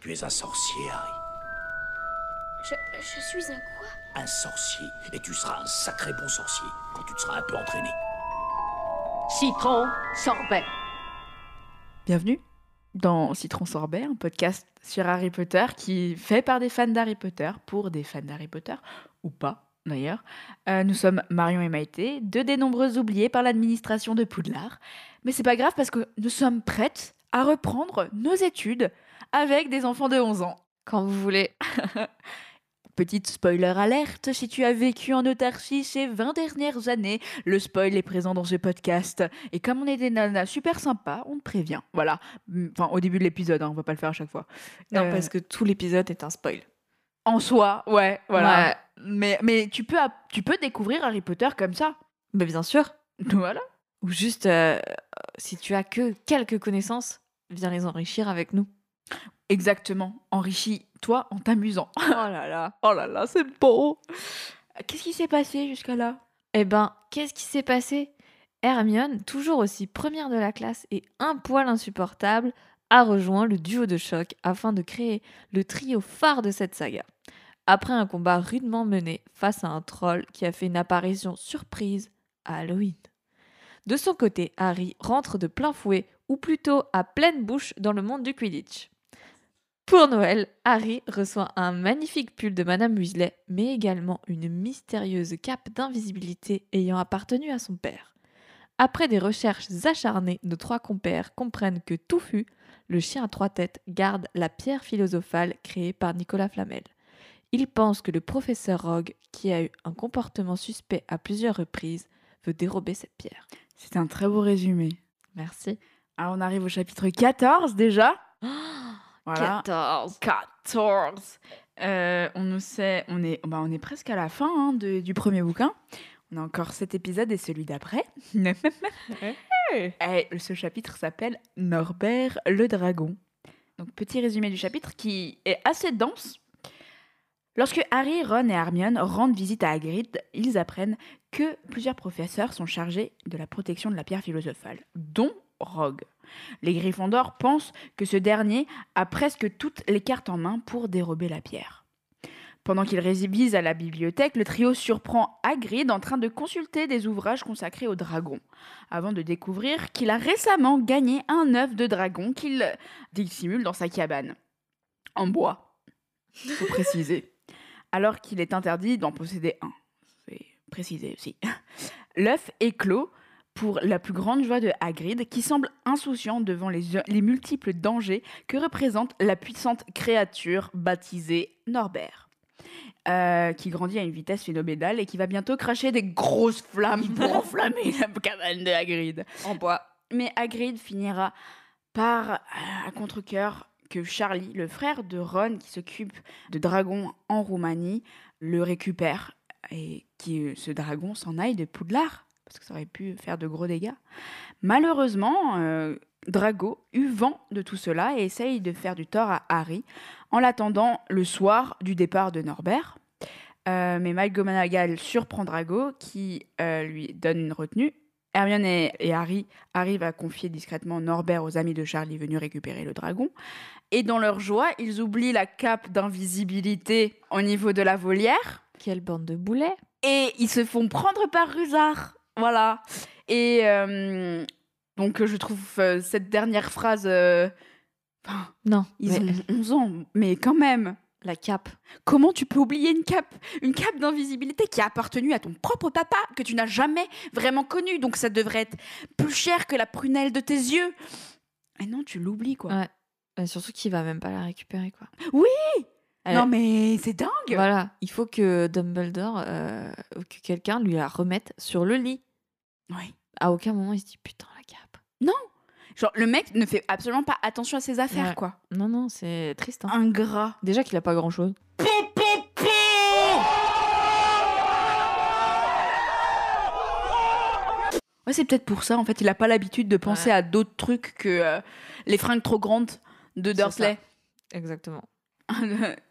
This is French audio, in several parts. Tu es un sorcier, Harry. Je, je suis un quoi Un sorcier. Et tu seras un sacré bon sorcier quand tu te seras un peu entraîné. Citron, sorbet. Bienvenue dans Citron Sorbet, un podcast sur Harry Potter qui est fait par des fans d'Harry Potter, pour des fans d'Harry Potter, ou pas d'ailleurs. Euh, nous sommes Marion et Maïté, deux des nombreux oubliés par l'administration de Poudlard. Mais c'est pas grave parce que nous sommes prêtes à reprendre nos études avec des enfants de 11 ans. Quand vous voulez. Petite spoiler alerte, si tu as vécu en autarcie ces 20 dernières années, le spoil est présent dans ce podcast. Et comme on est des nanas super sympas, on te prévient. Voilà. Enfin, au début de l'épisode, hein, on va pas le faire à chaque fois. Non, Euh, parce que tout l'épisode est un spoil. En soi, ouais, voilà. Ouais. Mais, mais tu, peux, app- tu peux découvrir Harry Potter comme ça. Mais bien sûr. Voilà. Ou juste, euh, si tu as que quelques connaissances, viens les enrichir avec nous. Exactement. Enrichis-toi en t'amusant. Oh là là. Oh là là, c'est beau. Qu'est-ce qui s'est passé jusqu'à là Eh ben, qu'est-ce qui s'est passé Hermione, toujours aussi première de la classe et un poil insupportable, a rejoint le duo de choc afin de créer le trio phare de cette saga. Après un combat rudement mené face à un troll qui a fait une apparition surprise à Halloween. De son côté, Harry rentre de plein fouet, ou plutôt à pleine bouche, dans le monde du Quidditch. Pour Noël, Harry reçoit un magnifique pull de Madame Weasley, mais également une mystérieuse cape d'invisibilité ayant appartenu à son père. Après des recherches acharnées, nos trois compères comprennent que Touffu, le chien à trois têtes, garde la pierre philosophale créée par Nicolas Flamel. Ils pensent que le professeur Rogue, qui a eu un comportement suspect à plusieurs reprises, veut dérober cette pierre. C'est un très beau résumé. Merci. Alors, on arrive au chapitre 14 déjà. Voilà. 14. 14. Euh, on nous sait, on est, bah, on est presque à la fin hein, de- du premier bouquin. On a encore cet épisode et celui d'après. Et ce chapitre s'appelle Norbert le dragon. Donc petit résumé du chapitre qui est assez dense. Lorsque Harry, Ron et Hermione rendent visite à Hagrid, ils apprennent que plusieurs professeurs sont chargés de la protection de la pierre philosophale, dont Rogue. Les Gryffondors pensent que ce dernier a presque toutes les cartes en main pour dérober la pierre. Pendant qu'ils révisent à la bibliothèque, le trio surprend Hagrid en train de consulter des ouvrages consacrés aux dragons, avant de découvrir qu'il a récemment gagné un œuf de dragon qu'il dissimule dans sa cabane. En bois, faut préciser. Alors qu'il est interdit d'en posséder un. C'est précisé aussi. L'œuf est clos pour la plus grande joie de Hagrid, qui semble insouciant devant les, les multiples dangers que représente la puissante créature baptisée Norbert, euh, qui grandit à une vitesse phénoménale et qui va bientôt cracher des grosses flammes pour enflammer la cabane de Hagrid. En bois. Mais Hagrid finira par, euh, à contre-cœur, que Charlie, le frère de Ron qui s'occupe de dragons en Roumanie, le récupère et que ce dragon s'en aille de Poudlard, parce que ça aurait pu faire de gros dégâts. Malheureusement, euh, Drago eut vent de tout cela et essaye de faire du tort à Harry en l'attendant le soir du départ de Norbert. Euh, mais McGonagall surprend Drago qui euh, lui donne une retenue. Hermione et, et Harry arrivent à confier discrètement Norbert aux amis de Charlie venus récupérer le dragon. Et dans leur joie, ils oublient la cape d'invisibilité au niveau de la volière Quelle bande de boulets. et ils se font prendre par Rusard. Voilà. Et euh, donc, je trouve euh, cette dernière phrase. euh, Non, ils mais ont 11 ans, mais quand même. la cape. Comment tu peux oublier une cape Une cape d'invisibilité qui a appartenu à ton propre papa, que tu n'as jamais vraiment connu. Donc, ça devrait être plus cher que la prunelle de tes yeux. Et non, tu l'oublies, quoi. Ouais. Bah, surtout qu'il va même pas la récupérer, quoi. Oui Elle- Non, mais c'est dingue. Voilà, il faut que Dumbledore, euh, que quelqu'un lui la remette sur le lit. Ouais. À aucun moment il se dit putain la cape. Genre, le mec ne fait absolument pas attention à ses affaires, Ouais. quoi. Non, non, c'est triste. Hein. Ingrat. Déjà qu'il a pas grand chose. Ouais, c'est peut-être pour ça. En fait, il n'a pas l'habitude de penser à d'autres trucs que euh, les fringues trop grandes de C'est Dursley. Exactement.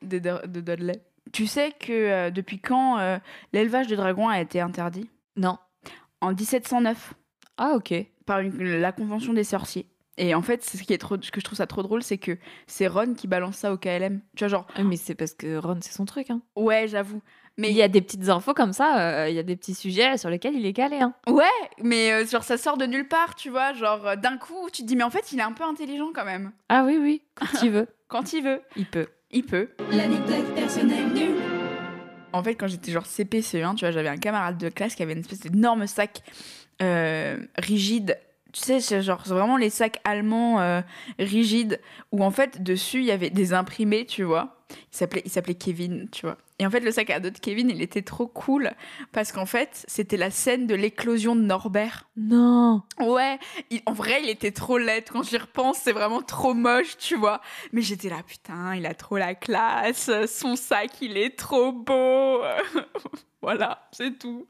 de, Dur- de Dudley. Tu sais que euh, depuis quand euh, l'élevage de dragons a été interdit Non. En 1709, Ah, ok. par une- la Convention des sorciers. Et en fait, c'est ce qui est trop, ce que je trouve ça trop drôle, c'est que c'est Ron qui balance ça au KLM. Tu vois, genre, Ah, Mais c'est parce que Ron, c'est son truc. Hein. ouais, j'avoue. Mais il y a des petites infos comme ça, euh, il y a des petits sujets sur lesquels il est calé. Hein. Ouais, mais euh, genre, ça sort de nulle part, tu vois. Genre, euh, d'un coup, tu te dis, mais en fait, il est un peu intelligent quand même. Ah oui, oui, quand il veut, Quand il veut, il peut. il peut. L'anecdote personnelle nulle. En fait, quand j'étais genre CPCE1, tu vois, j'avais E un camarade de classe qui avait une espèce d'énorme sac euh, rigide. Tu sais, c'est genre c'est vraiment les sacs allemands euh, rigides où en fait dessus il y avait des imprimés, tu vois. Il s'appelait il s'appelait Kevin, tu vois. Et en fait, le sac à dos de Kevin, il était trop cool parce qu'en fait, c'était la scène de l'éclosion de Norbert. Non Ouais, il- en vrai, il était trop laid. Quand j'y repense, c'est vraiment trop moche, tu vois. Mais j'étais là, putain, il a trop la classe. Son sac, il est trop beau. voilà, c'est tout.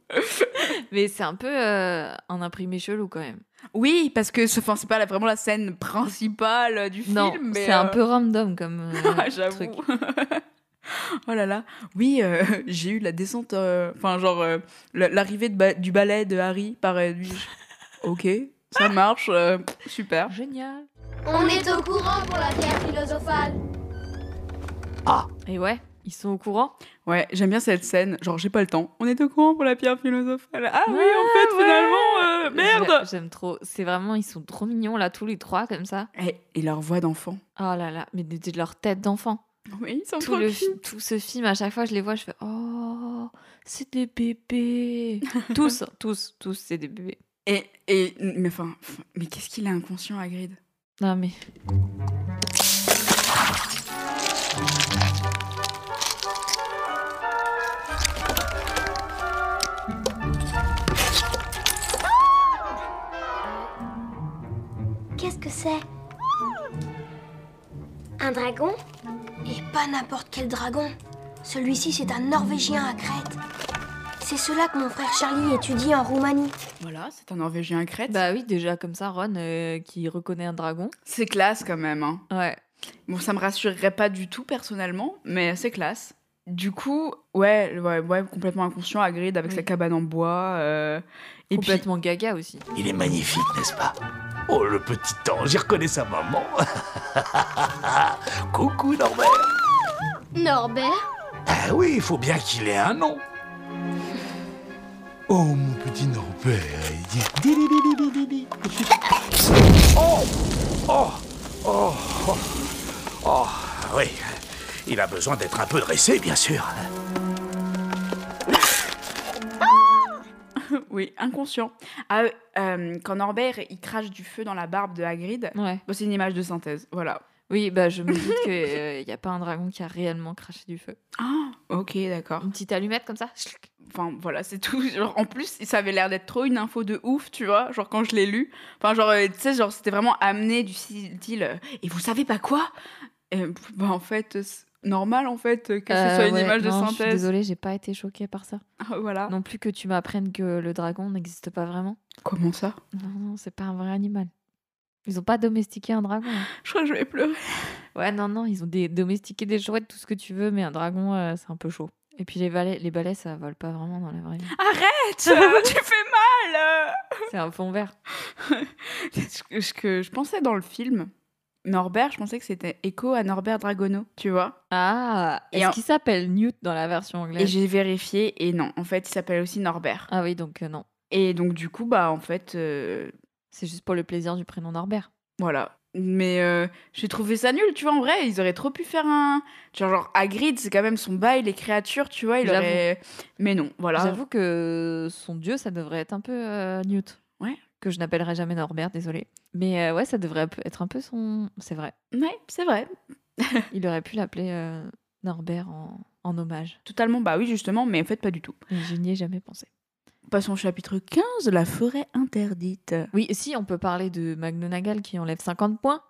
Mais c'est un peu euh, un imprimé chelou quand même. Oui, parce que ce- enfin, c'est pas la- vraiment la scène principale du non, film. mais, c'est un euh, peu random comme euh, ah, j'avoue. truc. oh là là. Oui, euh, j'ai eu la descente. euh, Enfin, genre, euh, la- l'arrivée de ba- du ballet de Harry par. euh, du- ok, ça marche. euh, super. Génial On est au courant pour la pierre philosophale. Et ouais, ils sont au courant. Ouais, j'aime bien cette scène. Genre, j'ai pas le temps. On est au courant pour la pierre philosophale. Ah oui, Ouais, en fait, ouais. finalement, euh, merde J'ai- J'aime trop. C'est vraiment, ils sont trop mignons là, tous les trois comme ça. et, Eh, et leur voix d'enfant. Oh là là, mais de, de leur tête d'enfant. Oui, ils sont Tout, trop le, cute. fi- tout ce film, à chaque fois je les vois, je fais Oh, c'est des bébés. tous, tous, tous, c'est des bébés. Et, et, mais enfin, f- mais qu'est-ce qu'il est inconscient, Hagrid Non mais. Qu'est-ce que c'est Un dragon Et pas n'importe quel dragon. Celui-ci, c'est un Norvégien à Crète. C'est cela que mon frère Charlie étudie en Roumanie. Voilà, c'est un Norvégien à crête. Bah oui, déjà comme ça, Ron euh, qui reconnaît un dragon. c'est classe quand même. Hein. Ouais. Bon, ça me rassurerait pas du tout personnellement, mais c'est classe. Du coup, ouais, ouais, ouais, complètement inconscient, Hagrid avec Oui. sa cabane en bois. euh, et puis, complètement gaga aussi. Il est magnifique, n'est-ce pas Oh, le petit ange, j'y reconnais sa maman. Coucou, Norbert. Norbert Ah oui, il faut bien qu'il ait un nom. Oh, mon petit Norbert. Dili-dili-dili-dili. Oh Oh Oh Oh Oh Oui, il a besoin d'être un peu dressé, bien sûr. oui, inconscient. Ah, euh, quand Norbert il crache du feu dans la barbe de Hagrid, Ouais. Bon, c'est une image de synthèse, voilà. Oui, bah je me dis qu'il n'y a pas un dragon qui a réellement craché du feu. Ah, ok, d'accord. Une petite allumette comme ça chlic. Enfin, voilà, c'est tout. Genre, en plus, ça avait l'air d'être trop une info de ouf, tu vois. Genre, quand je l'ai lu. Enfin, genre, euh, tu sais, genre, c'était vraiment amené du style. euh, Et vous savez pas quoi Et, pff, Bah, en fait, c'est normal, en fait, que ce Euh, soit une ouais, image non, de Je suis synthèse. désolée, j'ai pas été choquée par ça. Ah, voilà. Non plus que tu m'apprennes que le dragon n'existe pas vraiment. Comment ça Non, non, c'est pas un vrai animal. Ils ont pas domestiqué un dragon. hein. Je crois que je vais pleurer. Ouais, non, non, ils ont des- domestiqué des chouettes, tout ce que tu veux, mais un dragon, euh, c'est un peu chaud. Et puis les, valets, les balais, ça vole pas vraiment dans la vraie vie. Arrête Tu fais mal C'est un fond vert. ce que- ce que je pensais dans le film, Norbert, je pensais que c'était écho à Norbert Dragono, tu vois. Ah, Et est-ce en- qu'il s'appelle Newt dans la version Et anglaise j'ai vérifié, et non, en fait, il s'appelle aussi Norbert. Ah oui, donc euh, non. Et donc, du coup, bah, en fait, euh, C'est juste pour le plaisir du prénom Norbert. voilà. Mais euh, j'ai trouvé ça nul, tu vois, en vrai, ils auraient trop pu faire un... Tu vois, genre, Hagrid, c'est quand même son bail, les créatures, tu vois, il J'avoue. aurait... Mais non, voilà. J'avoue que son dieu, ça devrait être un peu euh, Newt. Ouais. Que je n'appellerai jamais Norbert, désolé. Mais euh, ouais, ça devrait être un peu son. C'est vrai. Ouais, c'est vrai. Il aurait pu l'appeler euh, Norbert en, en hommage. Totalement, bah oui, justement, mais en fait, pas du tout. Mais je n'y ai jamais pensé. Passons au chapitre 15, la forêt interdite. Oui, si, on peut parler de McGonagall qui enlève 50 points.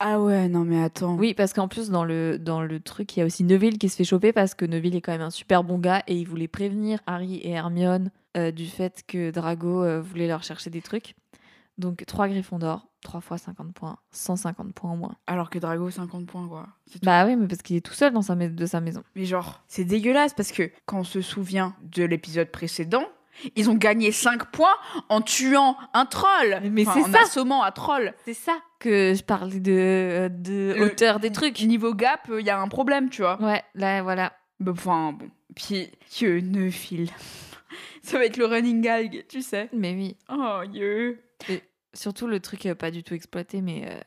Ah ouais, non, mais attends. Oui, parce qu'en plus, dans le, dans le truc, il y a aussi Neville qui se fait choper parce que Neville est quand même un super bon gars et il voulait prévenir Harry et Hermione euh, du fait que Drago euh, voulait leur chercher des trucs. Donc, 3 Griffons d'or, 3 fois 50 points, 150 points au moins. Alors que Drago, 50 points, quoi. C'est tout. Bah oui, mais parce qu'il est tout seul dans sa mais- de sa maison. Mais genre, c'est dégueulasse parce que quand on se souvient de l'épisode précédent, Ils ont gagné 5 points en tuant un troll. Mais- mais Enfin, c'est en ça. assommant un troll. C'est ça que je parlais de, euh, de Le- hauteur des trucs. Niveau gap, il y a un problème, tu vois. Ouais, là, voilà. Bah, Enfin, bon. Puis, que ne file. Ça va être le running gag, tu sais. Mais oui. Oh, Dieu. Surtout le truc euh, pas du tout exploité, mais euh,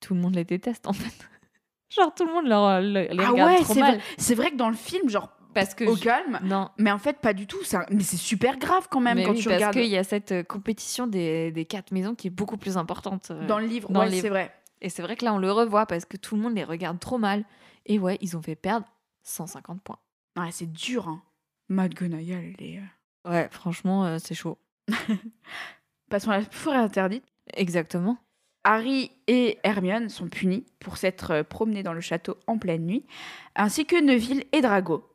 tout le monde les déteste en fait. Genre tout le monde leur, euh, le- les Ah regarde ouais, trop c'est mal. vrai, c'est vrai que dans le film, genre, Parce que au je- calme, non. mais en fait, pas du tout. ça- Mais c'est super grave quand même Mais quand oui, tu parce regardes qu'il y a cette euh, compétition des, des quatre maisons qui est beaucoup plus importante. euh, dans le livre. dans ouais, le livre. c'est vrai. Et c'est vrai que là on le revoit parce que tout le monde les regarde trop mal. Et ouais, ils ont fait perdre 150 points. Ouais, c'est dur. Hein. McGonagall, elle est. euh, Ouais, franchement, euh, c'est chaud. Passons à la forêt interdite. Exactement. Harry et Hermione sont punis pour s'être euh, promenés dans le château en pleine nuit, ainsi que Neville et Drago,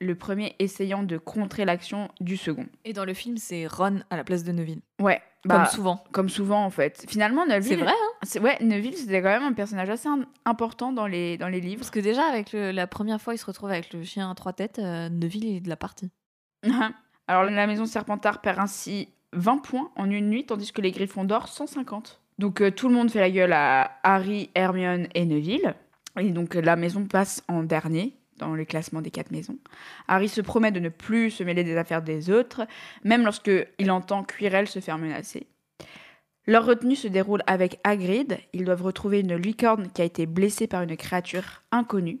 le premier essayant de contrer l'action du second. Et dans le film, c'est Ron à la place de Neville. Ouais, bah, Comme comme, souvent. souvent en fait. Finalement, Neville. C'est vrai, hein c'est- Ouais, Neville, c'était quand même un personnage assez im- important dans les, dans les livres. Parce que déjà, avec le- la première fois, il se retrouve avec le chien à trois têtes, euh, Neville est de la partie. Alors la maison Serpentard perd ainsi 20 points en une nuit, tandis que les Griffons d'Or 150. Donc euh, tout le monde fait la gueule à Harry, Hermione et Neville. Et donc la maison passe en dernier dans le classement des quatre maisons. Harry se promet de ne plus se mêler des affaires des autres, même lorsque il entend Quirrell se faire menacer. Leur retenue se déroule avec Hagrid. Ils doivent retrouver une licorne qui a été blessée par une créature inconnue.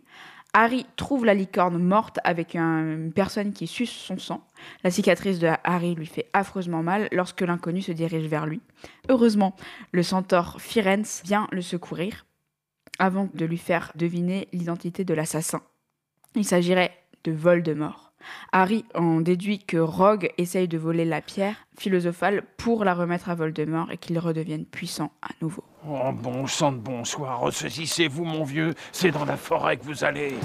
Harry trouve la licorne morte avec un- une personne qui suce son sang. La cicatrice de Harry lui fait affreusement mal lorsque l'inconnu se dirige vers lui. Heureusement, le centaure Firenze vient le secourir avant de lui faire deviner l'identité de l'assassin. Il s'agirait de Voldemort. Harry en déduit que Rogue essaye de voler la pierre philosophale pour la remettre à Voldemort et qu'il redevienne puissant à nouveau. Oh bon sang de bonsoir, ressaisissez-vous mon vieux, c'est dans la forêt que vous allez.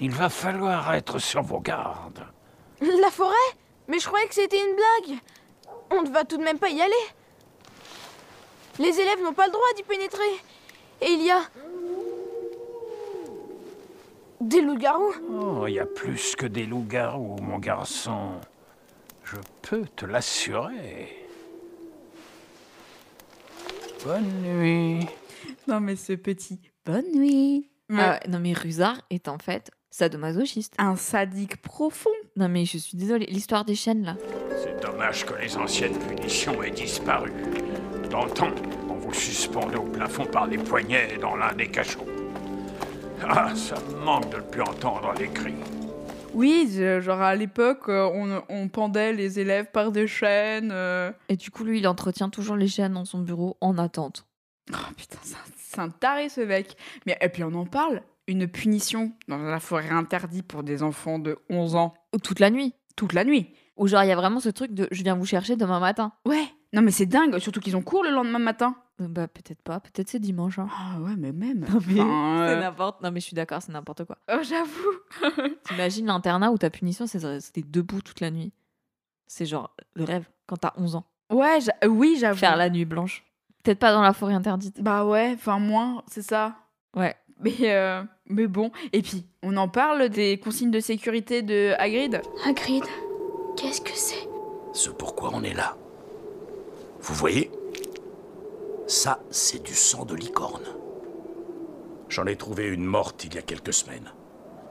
Il va falloir être sur vos gardes. La forêt Mais je croyais que c'était une blague. On ne va tout de même pas y aller. Les élèves n'ont pas le droit d'y pénétrer. Et il y a... Des loups-garous Oh, il y a plus que des loups-garous, mon garçon. Je peux te l'assurer. Bonne nuit. Non mais ce petit bonne nuit. Ah ouais, non, mais Rusard est en fait sadomasochiste. Un sadique profond. Non, mais je suis désolée, l'histoire des chaînes là. C'est dommage que les anciennes punitions aient disparu. Dans le temps, on vous suspendait au plafond par les poignets dans l'un des cachots. Ah, ça me manque de ne plus entendre les cris. Oui, je- genre à l'époque, euh, on, on pendait les élèves par des chaînes. euh. Et du coup, lui, il entretient toujours les chaînes dans son bureau en attente. Oh putain, c'est un- c'est un taré ce mec. Mais et puis on en parle. Une punition dans la forêt interdite pour des enfants de 11 ans Ou Toute la nuit. toute la nuit. Ou genre, il y a vraiment ce truc de je viens vous chercher demain matin. Ouais. Non mais c'est dingue, surtout qu'ils ont cours le lendemain matin. Euh, Bah, peut-être pas, peut-être c'est dimanche. hein. Ah ouais, mais même. Enfin, C'est euh, n'importe. Non, mais je suis d'accord, c'est n'importe quoi. Oh j'avoue. T'imagines l'internat où ta punition, c'est- c'était debout toute la nuit. C'est genre le rêve quand t'as 11 ans. Ouais, j'a- euh, Ah oui j'avoue. Faire la nuit blanche. Peut-être pas dans la forêt interdite. Bah ouais, enfin moins, c'est ça. Ouais. Mais euh, mais bon. Et puis on en parle des consignes de sécurité de Hagrid. Hagrid, qu'est-ce que c'est Ce pourquoi on est là. Vous voyez Ça, c'est du sang de licorne. J'en ai trouvé une morte il y a quelques semaines.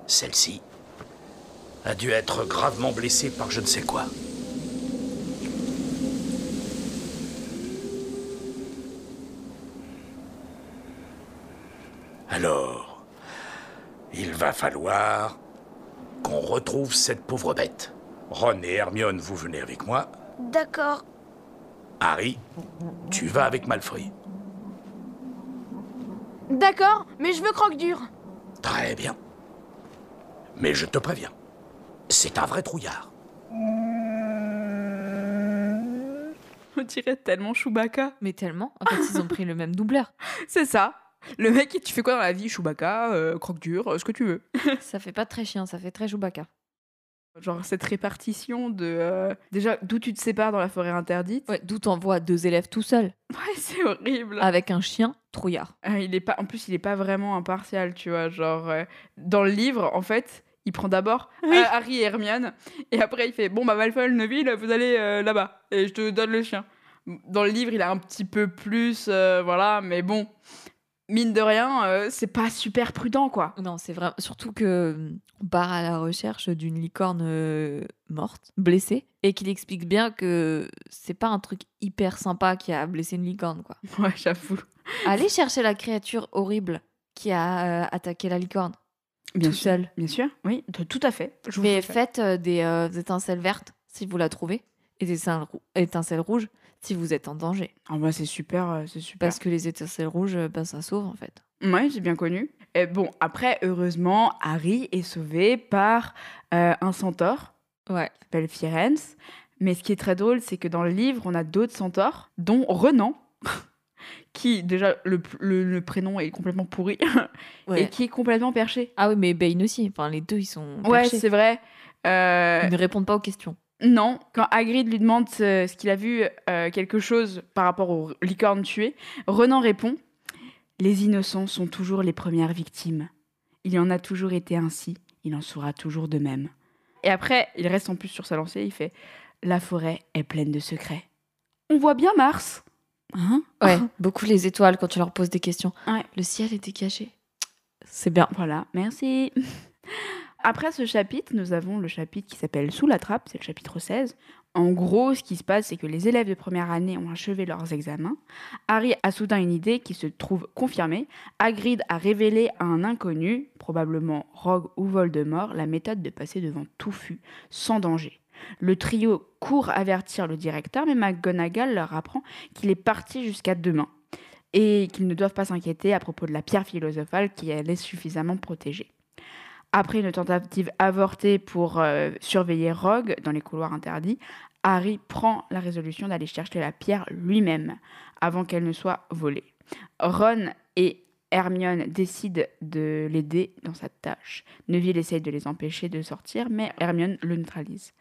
Celle-ci a dû être gravement blessée par je ne sais quoi. Alors, il va falloir qu'on retrouve cette pauvre bête. Ron et Hermione, vous venez avec moi. D'accord. Harry, tu vas avec Malfoy. D'accord, mais je veux croque-dur. Très bien. Mais je te préviens, c'est un vrai trouillard. On dirait tellement Chewbacca. Mais tellement. En fait, ils ont pris le même doubleur. C'est ça. Le mec, tu fais quoi dans la vie Chewbacca, euh, croque dur, euh, ce que tu veux. Ça fait pas très chien, ça fait très Chewbacca. Genre cette répartition de... euh, Déjà, d'où tu te sépares dans la forêt interdite. Ouais, d'où t'envoies deux élèves tout seuls Ouais, c'est horrible. Ah, avec un chien trouillard. Euh, il est pas... En plus, il est pas vraiment impartial, tu vois. Genre, euh, dans le livre, en fait, il Il prend d'abord euh, Harry et Hermione, et après il fait Bon, bah, Malfoy, Neville, vous allez euh, là-bas, et je te donne le chien. Dans le livre, il a un petit peu plus, euh, voilà, mais bon, mine de rien, euh, c'est pas super prudent, quoi. Non, c'est vraiment. Surtout que hum, on part à la recherche d'une licorne euh, morte, blessée, et qu'il explique bien que c'est pas un truc hyper sympa qui a blessé une licorne, quoi. Ouais, j'avoue. Allez chercher la créature horrible qui a euh, attaqué la licorne, Bien tout sûr. seul. Bien sûr, oui, t- tout à fait. Je vous Mais le fais. faites euh, des euh, des étincelles vertes si vous la trouvez, et des étincelles rou- étincelles rouges si vous êtes en danger. Ah bah, c'est super, euh, c'est super. Parce que les étincelles rouges, euh, ben, ça sauve en fait. Oui, c'est bien connu. Et Eh, bon, après, heureusement, Harry est sauvé par euh, un centaure Ouais. qui s'appelle Firenze. Mais ce qui est très drôle, c'est que dans le livre, on a d'autres centaures, dont Renan, qui, déjà, le, p- le- le prénom est complètement pourri et qui est complètement perché. Ah oui, mais Bane aussi. Enfin, les deux, ils sont. Ouais, perchés. c'est vrai. Euh, Ils ne répondent pas aux questions. Non, quand Hagrid lui demande ce, ce qu'il a vu, euh, quelque chose par rapport aux licornes tuées, Renan répond Les innocents sont toujours les premières victimes. Il en a toujours été ainsi, il en sera toujours de même. Et après, il reste en plus sur sa lancée, il fait La forêt est pleine de secrets. On voit bien Mars Hein Ouais, beaucoup les étoiles quand tu leur poses des questions. Ouais. Le ciel était caché. C'est bien. Voilà, merci. Après ce chapitre, nous avons le chapitre qui s'appelle Sous la trappe, c'est le chapitre 16. En gros, ce qui se passe, c'est que les élèves de première année ont achevé leurs examens. Harry a soudain une idée qui se trouve confirmée. Hagrid a révélé à un inconnu, probablement Rogue ou Voldemort, la méthode de passer devant Touffu, sans danger. Le trio court avertir le directeur, mais McGonagall leur apprend qu'il est parti jusqu'à demain et qu'ils ne doivent pas s'inquiéter à propos de la pierre philosophale qui elle est suffisamment protégée. Après une tentative avortée pour euh, surveiller Rogue dans les couloirs interdits, Harry prend la résolution d'aller chercher la pierre lui-même avant qu'elle ne soit volée. Ron et Hermione décident de l'aider dans sa tâche. Neville essaye de les empêcher de sortir, mais Hermione le neutralise.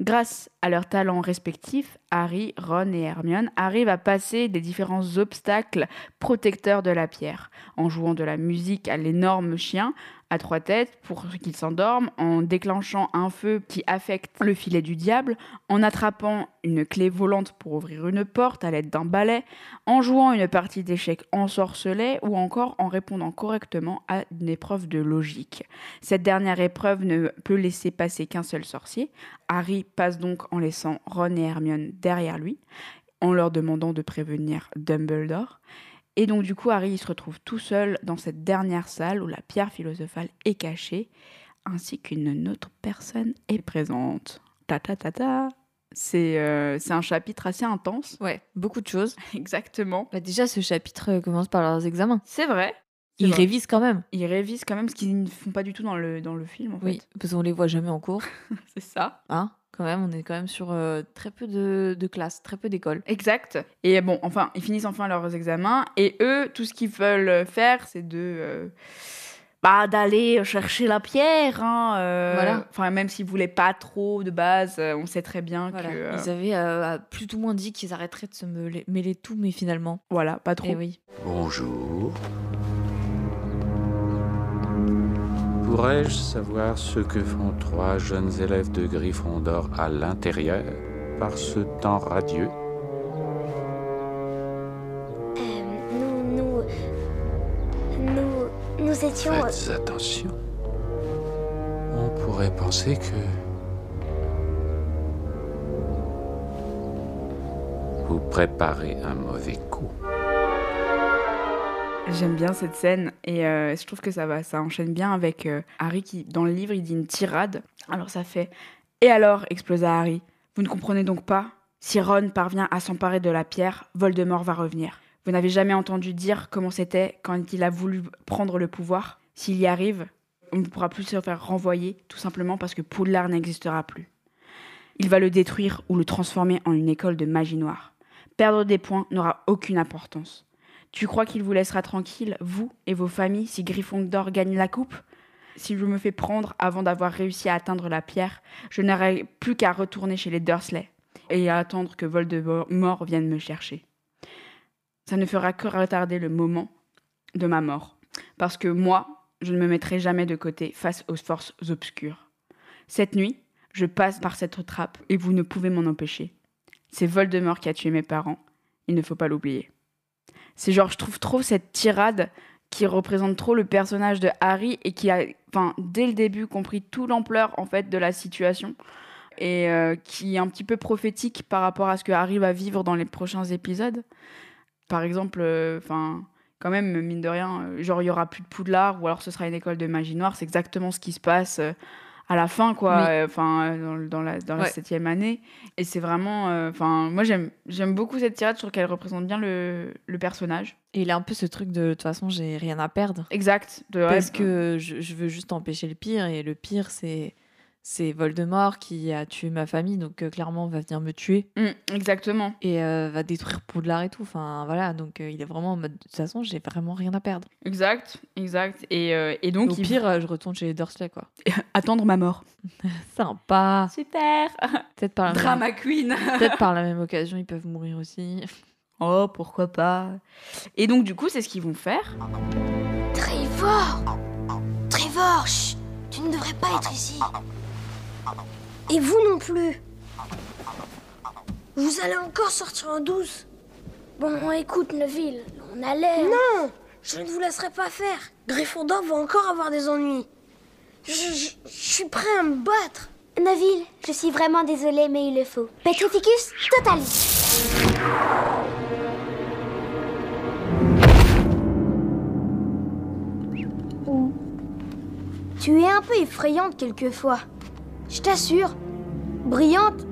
Grâce à leurs talents respectifs, Harry, Ron et Hermione arrivent à passer des différents obstacles protecteurs de la pierre, en jouant de la musique à l'énorme chien à trois têtes pour qu'il s'endorme, en déclenchant un feu qui affecte le filet du diable, en attrapant une clé volante pour ouvrir une porte à l'aide d'un balai, en jouant une partie d'échecs ensorcelés ou encore en répondant correctement à une épreuve de logique. Cette dernière épreuve ne peut laisser passer qu'un seul sorcier, Harry passe donc en laissant Ron et Hermione derrière lui, en leur demandant de prévenir Dumbledore. Et donc du coup, Harry il se retrouve tout seul dans cette dernière salle où la pierre philosophale est cachée, ainsi qu'une autre personne est présente. Ta ta ta ta. C'est euh, c'est un chapitre assez intense. Ouais, beaucoup de choses. Exactement. Bah, déjà, ce chapitre euh, commence par leurs examens. C'est vrai. Ils vrai. révisent quand même. Ils révisent quand même ce qu'ils ne font pas du tout dans le, dans le film, en Oui, parce qu'on les voit jamais en cours. fait. C'est ça. Hein quand même, on est quand même sur euh, très peu de, de classes, très peu d'écoles. Exact. Et bon, enfin, ils finissent enfin leurs examens. Et eux, tout ce qu'ils veulent faire, c'est de. euh, bah, d'aller chercher la pierre. hein, euh, Voilà. Enfin, même s'ils voulaient pas trop de base, euh, on sait très bien Voilà. que. euh, Ils avaient euh, plus ou moins dit qu'ils arrêteraient de se mêler, mêler de tout, mais finalement. Voilà, pas trop. Eh oui. Bonjour. Pourrais-je savoir ce que font trois jeunes élèves de Gryffondor à l'intérieur par ce temps radieux nous, nous, nous, nous étions. Faites attention. On pourrait penser que... Vous préparez un mauvais coup. J'aime bien cette scène et euh, je trouve que ça va, ça enchaîne bien avec euh, Harry qui, dans le livre, il dit une tirade. Alors ça fait Et alors explosa Harry. Vous ne comprenez donc pas Si Ron parvient à s'emparer de la pierre, Voldemort va revenir. Vous n'avez jamais entendu dire comment c'était quand il a voulu prendre le pouvoir S'il y arrive, on ne pourra plus se faire renvoyer, tout simplement parce que Poudlard n'existera plus. Il va le détruire ou le transformer en une école de magie noire. Perdre des points n'aura aucune importance. Tu crois qu'il vous laissera tranquille, vous et vos familles, si Gryffondor gagne la coupe Si je me fais prendre avant d'avoir réussi à atteindre la pierre, je n'aurai plus qu'à retourner chez les Dursley et à attendre que Voldemort vienne me chercher. Ça ne fera que retarder le moment de ma mort. Parce que moi, je ne me mettrai jamais de côté face aux forces obscures. Cette nuit, je passe par cette trappe et vous ne pouvez m'en empêcher. C'est Voldemort qui a tué mes parents, il ne faut pas l'oublier. C'est genre, je trouve trop cette tirade qui représente trop le personnage de Harry et qui a, enfin, dès le début, compris toute l'ampleur en fait de la situation et euh, qui est un petit peu prophétique par rapport à ce que Harry va vivre dans les prochains épisodes. Par exemple, euh, enfin quand même, mine de rien, euh, genre il y aura plus de Poudlard ou alors ce sera une école de magie noire. C'est exactement ce qui se passe euh, à la fin, quoi. Oui. euh, Enfin, euh, dans, le- dans la, dans la Ouais. septième année. Et c'est vraiment, euh, enfin, moi j'aime, j'aime beaucoup cette tirade. Je trouve qu'elle représente bien le, le personnage. Et il a un peu ce truc de de toute façon, j'ai rien à perdre. Exact. De, ouais, Parce que je, je veux juste empêcher le pire. Et le pire, c'est c'est Voldemort qui a tué ma famille. Donc euh, clairement, va venir me tuer Mm, exactement. et euh, va détruire Poudlard et tout. Enfin voilà, donc euh, il est vraiment en mode de toute façon, j'ai vraiment rien à perdre. Exact. Exact. Et, euh, et donc, Au il- pire, euh, je retourne chez les Dursley quoi. attendre ma mort. Sympa. Super. Peut-être par la même- Drama queen. Peut-être par la même occasion, ils peuvent mourir aussi. Oh, pourquoi pas. Et donc, du coup, c'est ce qu'ils vont faire. Trevor Trevor, chut Tu ne devrais pas être ici. Et vous non plus. Vous allez encore sortir en douce. Bon, écoute, Neville, on a l'air. Non Je ne vous laisserai pas faire. Gryffondor va encore avoir des ennuis. Je, je- je suis prêt à me battre. Neville, je suis vraiment désolée, mais il le faut. Petrificus total. Tu es un peu effrayante quelquefois. Je t'assure. Brillante,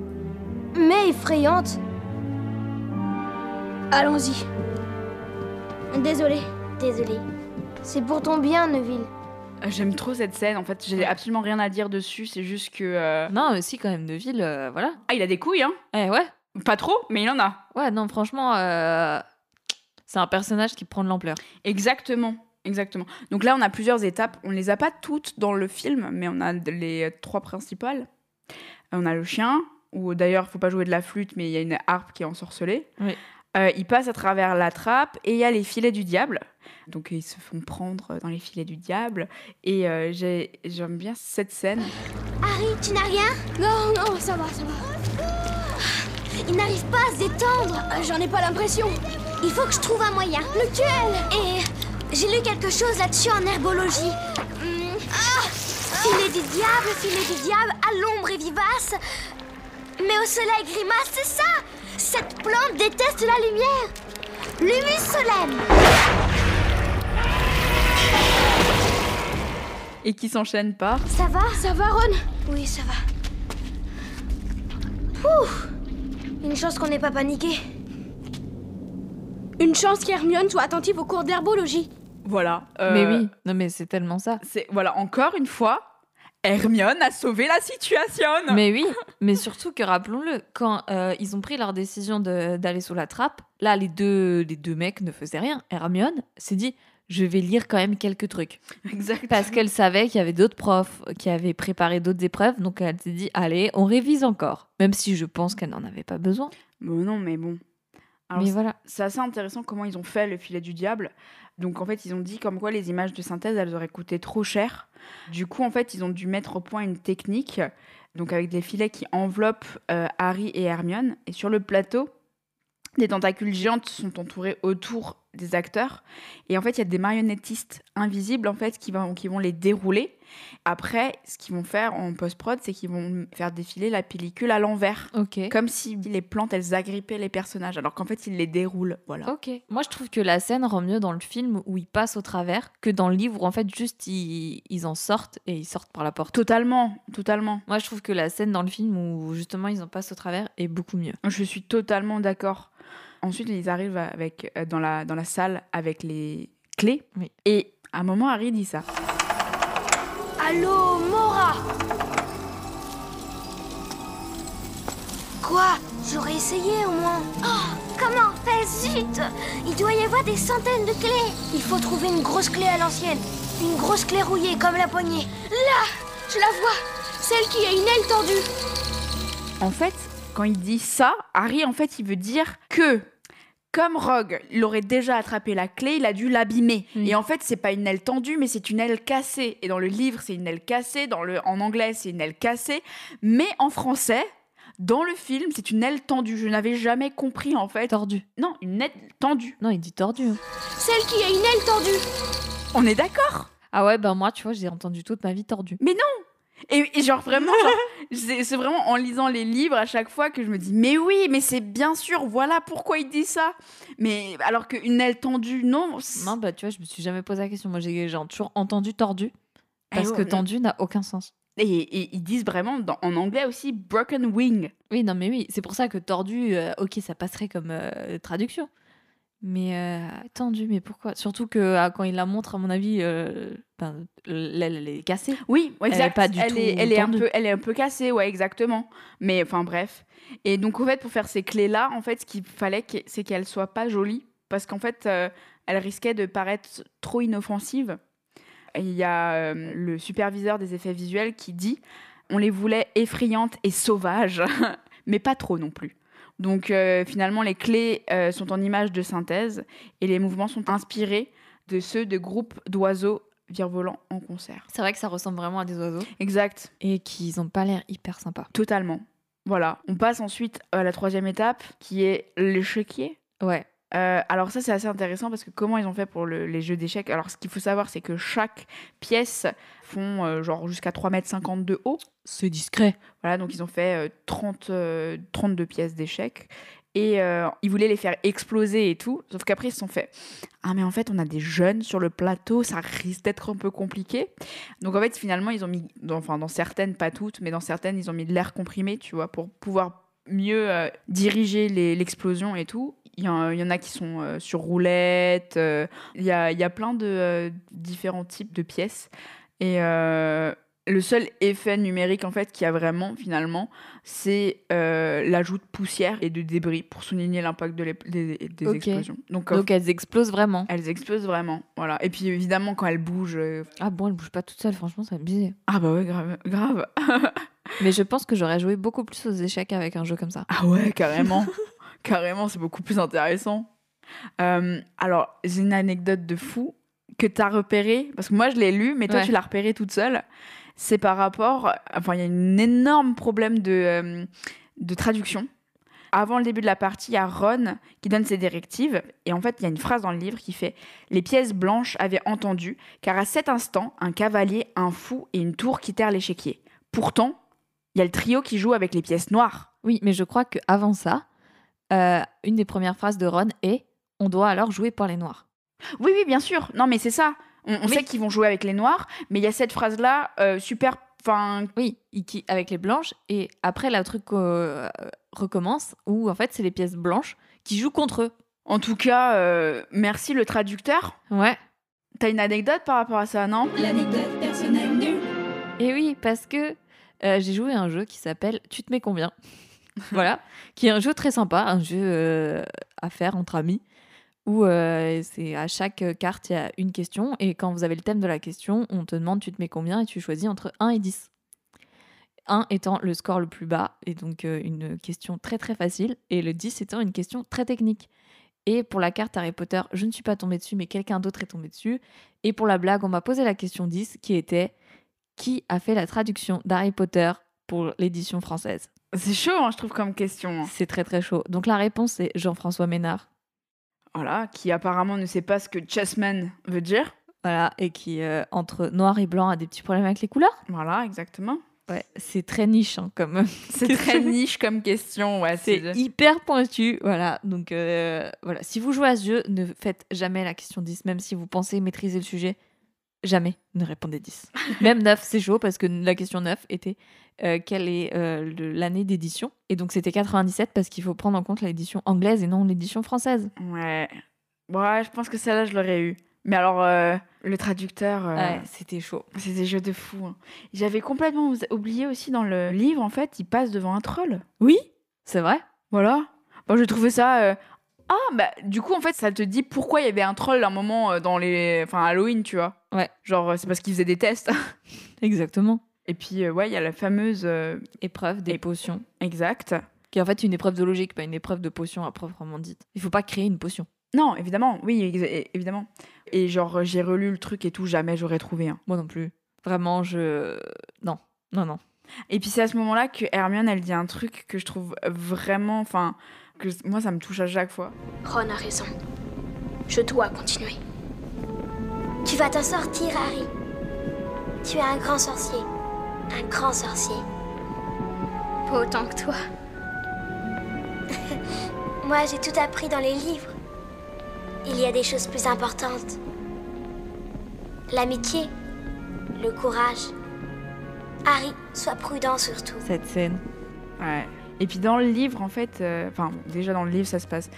mais effrayante. Allons-y. Désolé, désolé. C'est pour ton bien, Neville. Euh, J'aime trop cette scène. En fait, j'ai absolument rien à dire dessus. C'est juste que. euh, Non, mais si, quand même, Neville, euh, voilà. Ah, il a des couilles, hein Eh ouais, Pas trop, mais il en a. ouais, non, franchement, euh, c'est un personnage qui prend de l'ampleur. Exactement. Exactement. Donc là, on a plusieurs étapes. On les a pas toutes dans le film, mais on a d- les euh, trois principales. Euh, On a le chien, où d'ailleurs, faut pas jouer de la flûte, mais il y a une harpe qui est ensorcelée. Oui. Euh, il passe à travers la trappe et il y a les filets du diable. Donc ils se font prendre dans les filets du diable. Et euh, j'ai- j'aime bien cette scène. Harry, tu n'as rien Non, non, ça va, ça va. Il n'arrive pas à se détendre. Euh, J'en ai pas l'impression. Il faut que je trouve un moyen. Lequel Et j'ai lu quelque chose là-dessus en herbologie. Hmm. Filet du diable, filet du diable, à l'ombre et vivace. Mais au soleil grimace, c'est ça Cette plante déteste la lumière. Lumus solem Et qui s'enchaîne par Ça va Ça va, Ron Oui, ça va. Ouf Une chance qu'on n'ait pas paniqué. Une chance qu'Hermione soit attentive au cours d'herbologie. Voilà. euh, Mais oui, non, mais c'est tellement ça. C'est voilà encore une fois, Hermione a sauvé la situation. Mais oui, mais surtout que rappelons-le, quand euh, ils ont pris leur décision de- d'aller sous la trappe, là, les deux, les deux mecs ne faisaient rien. Hermione s'est dit, je vais lire quand même quelques trucs. exact. Parce qu'elle savait qu'il y avait d'autres profs qui avaient préparé d'autres épreuves, donc elle s'est dit, allez, on révise encore. Même si je pense qu'elle n'en avait pas besoin. Bon non mais bon. Alors, mais voilà. c'est assez intéressant comment ils ont fait le filet du diable. Donc en fait, ils ont dit comme quoi les images de synthèse, elles auraient coûté trop cher. Du coup, en fait, ils ont dû mettre au point une technique, donc avec des filets qui enveloppent euh, Harry et Hermione. Et sur le plateau, des tentacules géantes sont entourées autour des acteurs. Et en fait, il y a des marionnettistes invisibles en fait qui vont, qui vont les dérouler. Après, ce qu'ils vont faire en post-prod, c'est qu'ils vont faire défiler la pellicule à l'envers. Ok. Comme si les plantes, elles agrippaient les personnages, alors qu'en fait, ils les déroulent. Voilà. Ok. Moi, je trouve que la scène rend mieux dans le film où ils passent au travers que dans le livre où, en fait, juste ils, ils en sortent et ils sortent par la porte. Totalement, totalement. Moi, je trouve que la scène dans le film où, justement, ils en passent au travers est beaucoup mieux. Je suis totalement d'accord. Ensuite, ils arrivent avec, euh, dans, la, dans la salle avec les clés. Oui. Et à un moment, Harry dit ça. Allô, Mora Quoi J'aurais essayé au moins. Oh, comment on fait Zut Il doit y avoir des centaines de clés. Il faut trouver une grosse clé à l'ancienne. Une grosse clé rouillée comme la poignée. Là Je la vois Celle qui a une aile tendue En fait, quand il dit ça, Harry, en fait, il veut dire que Comme Rogue l'aurait déjà attrapé la clé, il a dû l'abîmer. Mm. Et en fait, c'est pas une aile tendue, mais c'est une aile cassée. Et dans le livre, c'est une aile cassée. Dans le, en anglais, c'est une aile cassée. Mais en français, dans le film, c'est une aile tendue. Je n'avais jamais compris en fait. Tordu. Non, une aile tendue. Non, il dit tordu. hein. Celle qui a une aile tendue. On est d'accord. Ah ouais, ben moi, tu vois, j'ai entendu toute ma vie tordu. Et, et genre vraiment, genre, c'est c'est vraiment en lisant les livres à chaque fois que je me dis mais oui, mais c'est bien sûr, voilà pourquoi il dit ça. Mais alors qu'une aile tendue, non. c'est- Non, bah tu vois, je me suis jamais posé la question. Moi, j'ai genre, toujours entendu tordu. Parce Eh que ouais. tendu n'a aucun sens. Et, et ils disent vraiment dans- en anglais aussi broken wing. Oui, non, mais oui, c'est pour ça que tordu, euh, ok, ça passerait comme euh, traduction. Mais euh, tendu, mais pourquoi Surtout que ah, quand il la montre, à mon avis, euh, ben, l'aile, elle est cassée. Oui, est exact. pas du elle tout est, elle est un tendue. peu, elle est un peu cassée, ouais, exactement. Mais enfin bref. Et donc en fait, pour faire ces clés-là, en fait, ce qu'il fallait, que- c'est qu'elles soient pas jolies, parce qu'en fait, euh, elles risquaient de paraître trop inoffensives. Et Il y a euh, le superviseur des effets visuels qui dit, on les voulait effrayantes et sauvages, mais pas trop non plus. Donc euh, finalement, les clés euh, sont en images de synthèse et les mouvements sont inspirés de ceux de groupes d'oiseaux virevolants en concert. C'est vrai que ça ressemble vraiment à des oiseaux. Exact. Et qu'ils ont pas l'air hyper sympas. Totalement. Voilà. On passe ensuite à la troisième étape qui est l'échiquier. Ouais. Euh, alors ça c'est assez intéressant parce que comment ils ont fait pour le- les jeux d'échecs Alors ce qu'il faut savoir c'est que chaque pièce font euh, genre jusqu'à 3,50 mètres de haut. C'est discret. Voilà donc ils ont fait euh, 30, euh, 32 pièces d'échecs et euh, ils voulaient les faire exploser et tout. Sauf qu'après ils se sont fait ah mais en fait on a des jeunes sur le plateau ça risque d'être un peu compliqué. Donc en fait, finalement, ils ont mis, dans- enfin dans certaines, pas toutes, mais dans certaines, ils ont mis de l'air comprimé, tu vois, pour pouvoir mieux euh, diriger les- l'explosion et tout. Il y, en- il y en a qui sont euh, sur roulette, euh, il y, a, il y a plein de euh, différents types de pièces. Et euh, le seul effet numérique, en fait, qu'il y a vraiment, finalement, c'est euh, l'ajout de poussière et de débris pour souligner l'impact de l'ép- des, des Ok. explosions. Donc, euh, Donc elles explosent vraiment. elles explosent vraiment, voilà. Et puis, évidemment, quand elles bougent... euh, Ah bon, elles bougent pas toutes seules, franchement, ça me bizarre. Ah bah ouais, grave, grave Mais je pense que j'aurais joué beaucoup plus aux échecs avec un jeu comme ça. Ah ouais, carrément. carrément, c'est beaucoup plus intéressant. Euh, alors, j'ai une anecdote de fou que tu as repérée, parce que moi je l'ai lu, mais toi Ouais. tu l'as repérée toute seule. C'est par rapport. Enfin, il y a un énorme problème de, euh, de traduction. Avant le début de la partie, il y a Ron qui donne ses directives. Et en fait, il y a une phrase dans le livre qui fait Les pièces blanches avaient entendu, car à cet instant, un cavalier, un fou et une tour quittèrent l'échiquier. Pourtant, il y a le trio qui joue avec les pièces noires. Oui, mais je crois qu'avant ça, euh, une des premières phrases de Ron est On doit alors jouer pour les noirs. Oui, oui, bien sûr. Non, mais c'est ça. On, on Oui. sait qu'ils vont jouer avec les noirs, mais il y a cette phrase-là, euh, super. Enfin, Oui, il qui- avec les blanches. Et après, là, le truc euh, recommence où en fait, c'est les pièces blanches qui jouent contre eux. en tout cas, euh, merci le traducteur. Ouais. T'as une anecdote par rapport à ça, non Et oui, parce que euh, j'ai joué à un jeu qui s'appelle Tu te mets combien Voilà, qui est un jeu très sympa, un jeu euh, à faire entre amis, où euh, c'est à chaque carte, il y a une question, et quand vous avez le thème de la question, on te demande Tu te mets combien et tu choisis entre 1 et 10. 1 étant le score le plus bas, et donc euh, une question très très facile, et le 10 étant une question très technique. Et pour la carte Harry Potter, je ne suis pas tombée dessus, mais quelqu'un d'autre est tombé dessus. Et pour la blague, on m'a posé la question 10, qui était qui a fait la traduction d'Harry Potter pour l'édition française C'est chaud, hein, je trouve, comme question. C'est très très chaud. Donc la réponse est Jean-François Ménard. Voilà, qui apparemment ne sait pas ce que chessman veut dire. Voilà, et qui, euh, entre noir et blanc, a des petits problèmes avec les couleurs. Voilà, exactement. Ouais, c'est très niche, hein, comme. C'est très niche comme question, ouais. C'est hyper pointu, voilà. Donc euh, voilà, si vous jouez à ce jeu, ne faites jamais la question 10, même si vous pensez maîtriser le sujet. Jamais ne répondez 10. Même 9, c'est chaud parce que la question 9 était euh, quelle est euh, le- l'année d'édition Et donc c'était 97 parce qu'il faut prendre en compte l'édition anglaise et non l'édition française. Ouais. Ouais, je pense que celle-là, je l'aurais eu. Mais alors, euh, le traducteur. euh, Ouais, c'était chaud. C'est des jeux de fou. hein. J'avais complètement ous- oublié aussi dans le livre, en fait, il passe devant un troll. Oui, c'est vrai. Voilà. Bon, j'ai trouvé ça. euh, Ah, bah, du coup, en fait, ça te dit pourquoi il y avait un troll à un moment euh, dans les. Enfin, Halloween, tu vois. Ouais. Genre, euh, c'est parce qu'ils faisaient des tests. Exactement. Et puis, euh, ouais, il y a la fameuse. euh, Épreuve des Et- potions. Exacte. qui est en fait une épreuve de logique, pas une épreuve de potion à proprement dite. Il faut pas créer une potion. Non, évidemment, oui, ex- é- évidemment. Et genre, j'ai relu le truc et tout, jamais j'aurais trouvé hein. un. Moi non plus. Vraiment, je. Non, non, non. Et puis c'est à ce moment-là que Hermione, elle dit un truc que je trouve vraiment, enfin, que c- moi ça me touche à chaque fois. Ron a raison. Je dois continuer. Tu vas t'en sortir, Harry. Tu es un grand sorcier. Un grand sorcier. Pas autant que toi. Moi, j'ai tout appris dans les livres. Il y a des choses plus importantes. L'amitié, le courage. Harry, sois prudent surtout. Cette scène. Ouais. Et puis dans le livre, en fait, euh, enfin, bon, déjà dans le livre, ça se passe.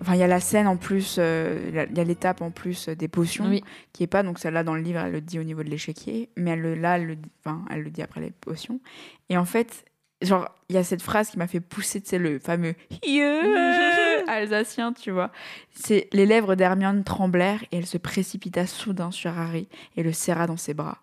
Enfin, il y a la scène en plus, euh, la- il y a l'étape en plus euh, des potions, Oui. qui est pas, donc celle-là dans le livre, elle le dit au niveau de l'échiquier, mais elle, le- là, elle le, dit- enfin, elle le dit après les potions. Et en fait, genre, il y a cette phrase qui m'a fait pousser, tu sais, le fameux Yeah alsacien, tu vois. C'est les lèvres d'Hermione tremblèrent et elle se précipita soudain sur Harry et le serra dans ses bras.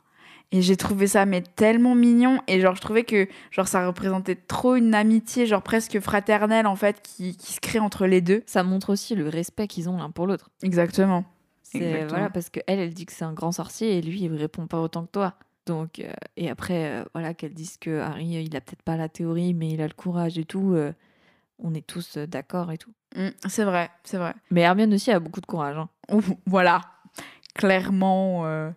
Et j'ai trouvé ça mais tellement mignon et genre je trouvais que genre ça représentait trop une amitié genre presque fraternelle en fait qui, qui se crée entre les deux. Ça montre aussi le respect qu'ils ont l'un pour l'autre. Exactement. C'est Exactement. voilà parce que elle, elle dit que c'est un grand sorcier et lui, il répond pas autant que toi. Donc euh, et après euh, voilà qu'elle dise que Harry, euh, il a peut-être pas la théorie, mais il a le courage et tout. euh, on est tous euh, d'accord et tout. Mm, c'est vrai, c'est vrai. Mais Hermione aussi a beaucoup de courage. hein. Ouf, voilà. Clairement euh,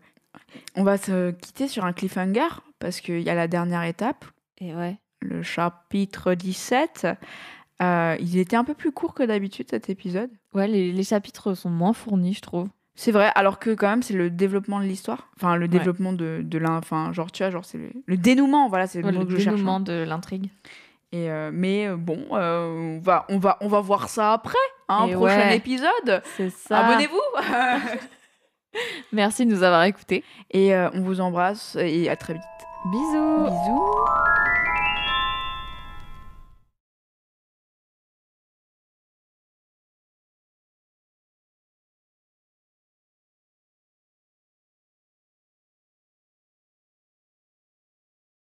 on va se quitter sur un cliffhanger parce qu'il y a la dernière étape, Et ouais. le chapitre 17. Euh, il était un peu plus court que d'habitude cet épisode. Ouais, les, les chapitres sont moins fournis, je trouve. C'est vrai, alors que quand même, c'est le développement de l'histoire. Enfin, le développement de, de l'un. Enfin, genre, tu vois, genre, c'est le, le dénouement, voilà, c'est le Ouais, mot le que je cherche. dénouement hein. de l'intrigue. Et, euh, mais euh, bon, euh, on, va, on, va, on va voir ça après, hein, Et prochain ouais. épisode. C'est ça. Abonnez-vous Merci de nous avoir écoutés. Et euh, on vous embrasse et à très vite. Bisous. Bisous